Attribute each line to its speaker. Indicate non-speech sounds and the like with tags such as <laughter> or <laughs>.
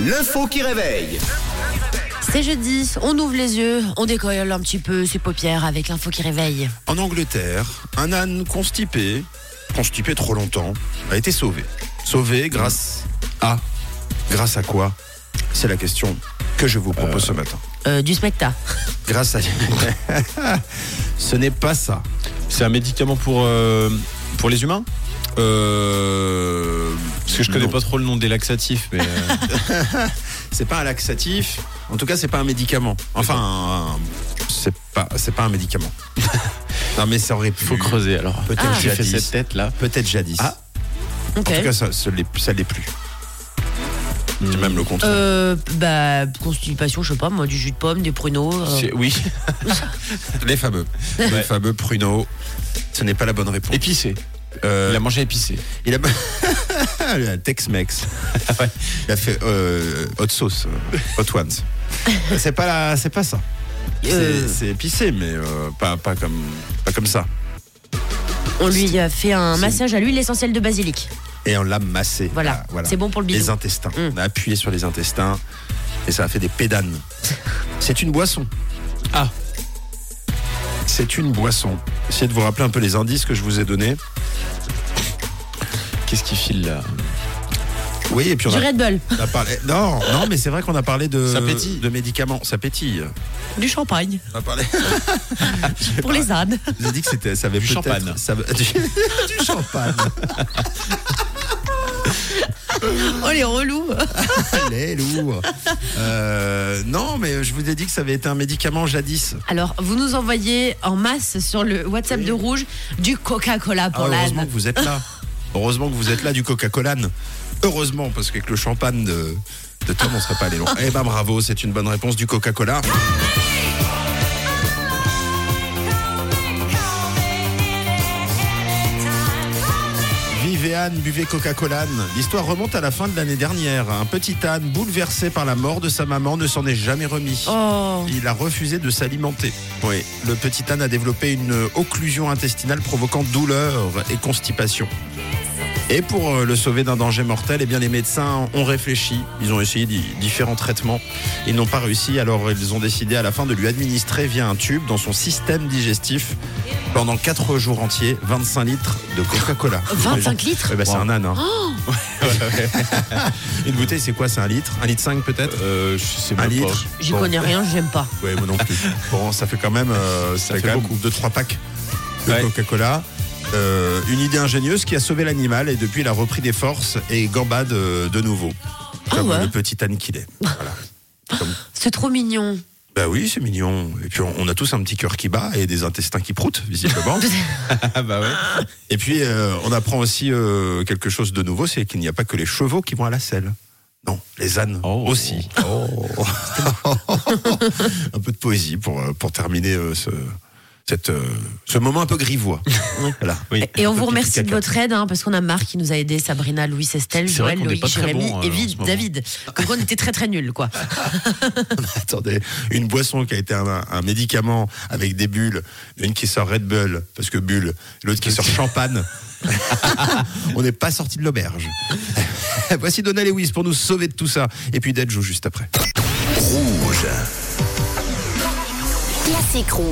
Speaker 1: L'info qui réveille.
Speaker 2: C'est jeudi, on ouvre les yeux, on décolle un petit peu ses paupières avec l'info qui réveille.
Speaker 3: En Angleterre, un âne constipé, constipé trop longtemps, a été sauvé. Sauvé grâce à. Grâce à quoi C'est la question que je vous propose ce matin.
Speaker 2: Euh, du smecta.
Speaker 3: Grâce à. <laughs> ce n'est pas ça.
Speaker 4: C'est un médicament pour, euh, pour les humains
Speaker 3: Euh.
Speaker 4: Parce que je connais
Speaker 3: non.
Speaker 4: pas trop le nom des laxatifs, mais euh,
Speaker 3: <laughs> C'est pas un laxatif. En tout cas, c'est pas un médicament. Enfin, un- c'est pas, c'est pas
Speaker 4: <laughs>
Speaker 3: un médicament. non, mais ça aurait pu.
Speaker 4: faut creuser alors.
Speaker 3: Peut-être
Speaker 4: J'ai fait
Speaker 3: jadis.
Speaker 4: cette tête là.
Speaker 3: Peut-être jadis.
Speaker 4: Ah.
Speaker 2: Ok.
Speaker 3: En tout cas, ça, ça l'est ça l'est plus.
Speaker 4: Hmm.
Speaker 3: C'est même le contraire.
Speaker 2: Euh, bah, constipation, je sais pas, moi, du jus de pomme, des pruneaux. euh.
Speaker 4: C'est- Oui,
Speaker 3: <laughs> Les fameux. Les fameux pruneaux. Ce n'est pas la bonne réponse.
Speaker 4: épicé.
Speaker 3: Euh,
Speaker 4: Il a mangé épicé.
Speaker 3: il a. <laughs> Le Tex-Mex.
Speaker 4: <laughs> ouais.
Speaker 3: Il a fait euh, hot sauce. euh, Hot
Speaker 4: <laughs>
Speaker 3: ones. c'est pas, la- c'est pas ça. C'est-
Speaker 2: Euh.
Speaker 3: C'est épicé, mais euh, pas, pas, comme, pas comme ça.
Speaker 2: On lui a fait un
Speaker 3: c'est-
Speaker 2: massage à l'huile essentielle de basilic.
Speaker 3: Et on l'a massé.
Speaker 2: Voilà.
Speaker 3: Ah,
Speaker 2: C'est bon pour le
Speaker 3: Les
Speaker 2: bisou.
Speaker 3: intestins.
Speaker 2: Mm.
Speaker 3: On a appuyé sur les intestins et ça a fait
Speaker 2: <laughs>
Speaker 3: des pédanes. C'est une boisson.
Speaker 4: Ah.
Speaker 3: C'est une boisson. Essayez de vous rappeler un peu les indices que je vous ai donnés.
Speaker 4: Qu'est-ce qui file là
Speaker 3: Oui, et puis on
Speaker 2: Du
Speaker 3: a,
Speaker 2: Red Bull, <laughs>
Speaker 3: on a parlé. Non, non, mais c'est vrai qu'on a parlé de,
Speaker 4: Ça pétille.
Speaker 3: de médicaments. Ça pétille.
Speaker 2: du champagne,
Speaker 3: On a parlé.
Speaker 2: pour les ânes.
Speaker 3: J'ai dit que c'était, ça avait
Speaker 4: Du
Speaker 3: peut-être-
Speaker 4: champagne.
Speaker 3: ça- du, <laughs> du champagne.
Speaker 2: Oh, les relous
Speaker 3: Allez, lourd. Euh, non, mais je vous ai dit que ça avait été un médicament jadis.
Speaker 2: Alors, vous nous envoyez en masse sur le WhatsApp de Rouge du Coca-Cola
Speaker 3: Ah,
Speaker 2: pour
Speaker 3: heureusement
Speaker 2: l'âne.
Speaker 3: que vous êtes là. heureusement que vous êtes là du Coca-Cola. Heureusement, parce qu'avec le champagne de, de Tom, on serait pas allé loin. Eh ben bravo, c'est une bonne réponse du Coca-Cola. Vivez Anne, buvez Coca-Cola. L'histoire remonte à la fin de l'année dernière. Un petit âne bouleversé par la mort de sa maman ne s'en est jamais remis.
Speaker 2: Oh,
Speaker 3: Il a refusé de s'alimenter. Oui, le petit âne a développé une occlusion intestinale provoquant douleur et constipation. Et pour euh, le sauver d'un danger mortel, eh bien les médecins ont réfléchi. Ils ont essayé di- différents traitements. Ils n'ont pas réussi, alors ils ont décidé à la fin de lui administrer via un tube dans son système digestif pendant 4 jours entiers 25 litres de Coca-Cola.
Speaker 2: 25 litres Oh.
Speaker 3: Eh ben, C'est un âne. hein. <laughs> Une bouteille, c'est quoi C'est un litre Un litre 5 peut-être
Speaker 4: Euh, Je sais même
Speaker 3: Un
Speaker 4: pas.
Speaker 3: litre
Speaker 2: j'y
Speaker 3: Bon.
Speaker 2: connais rien, j'aime pas.
Speaker 3: Ouais, moi non plus. Bon, ça fait quand même, euh, ça
Speaker 4: fait
Speaker 3: fait quand
Speaker 4: beaucoup.
Speaker 3: même deux trois packs de
Speaker 4: Ouais.
Speaker 3: Coca-Cola. Euh, une idée ingénieuse qui a sauvé l'animal et depuis il a repris des forces et gambade euh, de nouveau.
Speaker 2: Ah
Speaker 3: Comme
Speaker 2: ouais.
Speaker 3: le petit âne qu'il est. Voilà.
Speaker 2: C'est trop mignon.
Speaker 3: Bah oui, c'est mignon. Et puis on, on a tous un petit cœur qui bat et des intestins qui proutent,
Speaker 2: <laughs>
Speaker 3: visiblement.
Speaker 4: Ah bah ouais.
Speaker 3: et puis euh, on apprend aussi euh, quelque chose de nouveau, c'est qu'il n'y a pas que les chevaux qui vont à la selle. Non, les ânes
Speaker 4: Oh.
Speaker 3: aussi. <laughs> un peu de poésie pour, euh, pour terminer euh, ce, cette, euh, ce moment un peu <laughs> grivois. Voilà.
Speaker 4: Oui.
Speaker 2: Et on
Speaker 3: Un peu
Speaker 2: vous remercie de
Speaker 3: pipi-caca.
Speaker 2: votre aide, hein, parce qu'on a Marc qui nous a aidés, Sabrina, Louis, Estelle,
Speaker 4: C'est vrai
Speaker 2: Joël,
Speaker 4: qu'on est
Speaker 2: Loïc,
Speaker 4: pas très
Speaker 2: Jérémy
Speaker 4: bons, euh,
Speaker 2: et
Speaker 4: en
Speaker 2: Vide-
Speaker 4: ce moment.
Speaker 2: David. Comme quoi, on était très très nuls, quoi.
Speaker 3: <laughs> Attendez, une boisson qui a été un, un médicament avec des bulles, une qui sort Red Bull, parce que bulle, l'autre qui sort champagne. <laughs> on n'est pas sorti de l'auberge. <laughs> Voici Donna Lewis pour nous sauver de tout ça. Et puis Dead joue juste après.
Speaker 1: Rouge.
Speaker 5: Classique Rouge.